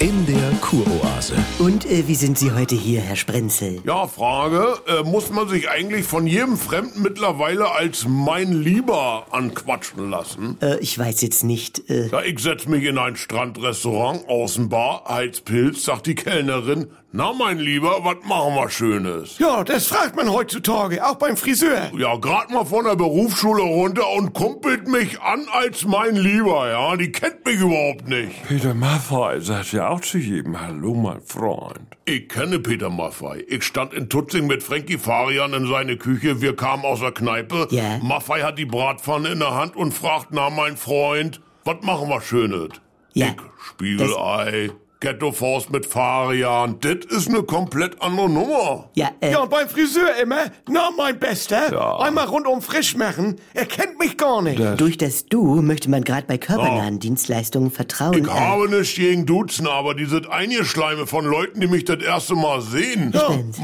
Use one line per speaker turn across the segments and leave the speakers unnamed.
In der Kuroase.
Und äh, wie sind Sie heute hier, Herr Sprenzel?
Ja, Frage. Äh, muss man sich eigentlich von jedem Fremden mittlerweile als mein Lieber anquatschen lassen?
Äh, ich weiß jetzt nicht. Äh,
Ja, ich setz mich in ein Strandrestaurant, Außenbar, Heizpilz, sagt die Kellnerin. Na, mein Lieber, was machen wir Schönes?
Ja, das fragt man heutzutage, auch beim Friseur.
Ja, grad mal von der Berufsschule runter und kumpelt mich an als mein Lieber, ja. Die kennt mich überhaupt nicht.
Peter Maffay sagt ja auch zu jedem Hallo, mein Freund.
Ich kenne Peter Maffei. Ich stand in Tutzing mit Frankie Farian in seine Küche. Wir kamen aus der Kneipe.
Ja.
Maffei hat die Bratpfanne in der Hand und fragt, na, mein Freund, was machen wir Schönes?
Ja.
Ich, Spiegelei, Ghetto-Faust mit Farian. Das ist eine komplett andere Nummer.
ja, äh,
Ja, und beim Friseur immer, na mein Bester, einmal rundum frisch machen, er kennt mich gar nicht.
durch das Du möchte man gerade bei körpernahen Dienstleistungen Vertrauen
Ich
erlangen.
habe nichts gegen Duzen, aber die sind Eingeschleime von Leuten, die mich das erste Mal sehen.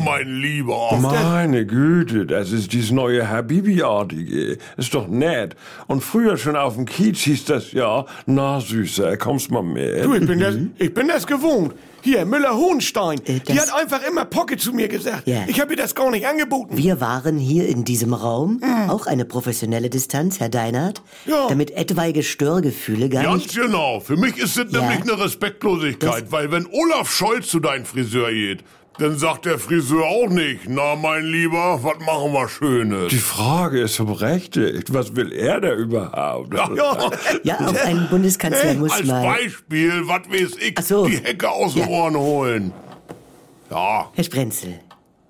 Mein Lieber.
Meine Güte, das ist dieses neue Habibi-artige. Ist doch nett. Und früher schon auf dem Kiez hieß das ja, na Süßer, kommst mal mit. Mhm.
Du, ich bin, das, ich bin das gewohnt. Hier, Müller-Hohenstein,
Äh,
die
das-
hat einfach immer Pocke zu mir gesagt.
Ja.
Ich habe ihr das gar nicht angeboten.
Wir waren hier in diesem Raum auch eine professionelle Distanz, Herr Deinert,
Ja.
damit etwaige Störgefühle gar
Ganz
nicht...
genau. Für mich ist das
Ja.
nämlich eine Respektlosigkeit, weil wenn Olaf Scholz zu deinem Friseur geht, dann sagt der Friseur auch nicht, na mein Lieber, was machen wir Schönes?
Die Frage ist berechtigt. Was will er da überhaupt?
Ja,
Ja, auch ein Bundeskanzler muss
als
mal...
Beispiel, was weiß ich,
Ach so.
die Hecke aus
Ja.
den Ohren holen. Ja,
Herr Sprenzel,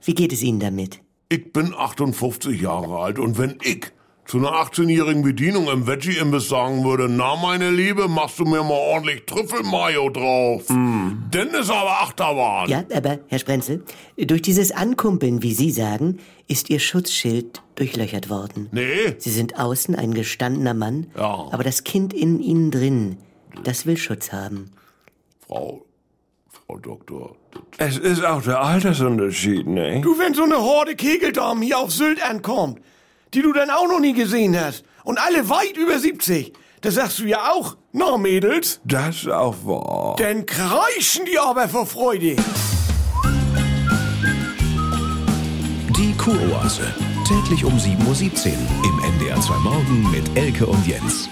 wie geht es Ihnen damit?
ich bin 58 Jahre alt und wenn ich zu einer 18-jährigen Bedienung im Veggie-Imbiss sagen würde, na meine Liebe, machst du mir mal ordentlich Trüffelmayo drauf, dann ist aber Achterbahn.
Ja, aber, Herr Sprenzel, durch dieses Ankumpeln, wie Sie sagen, ist Ihr Schutzschild durchlöchert worden.
Nee,
Sie sind außen ein gestandener Mann,
Ja.
aber das Kind in Ihnen drin, das will Schutz haben.
Frau, Frau Doktor.
Es ist auch der Altersunterschied, ne?
Du, wenn so eine Horde Kegeldamen hier auf Sylt ankommt, die du dann auch noch nie gesehen hast, und alle weit über 70, das sagst du ja auch, na Mädels,
Das auch wahr.
dann kreischen die aber vor Freude.
Die Kuroase. Täglich um 7.17 Uhr im NDR 2 Morgen mit Elke und Jens.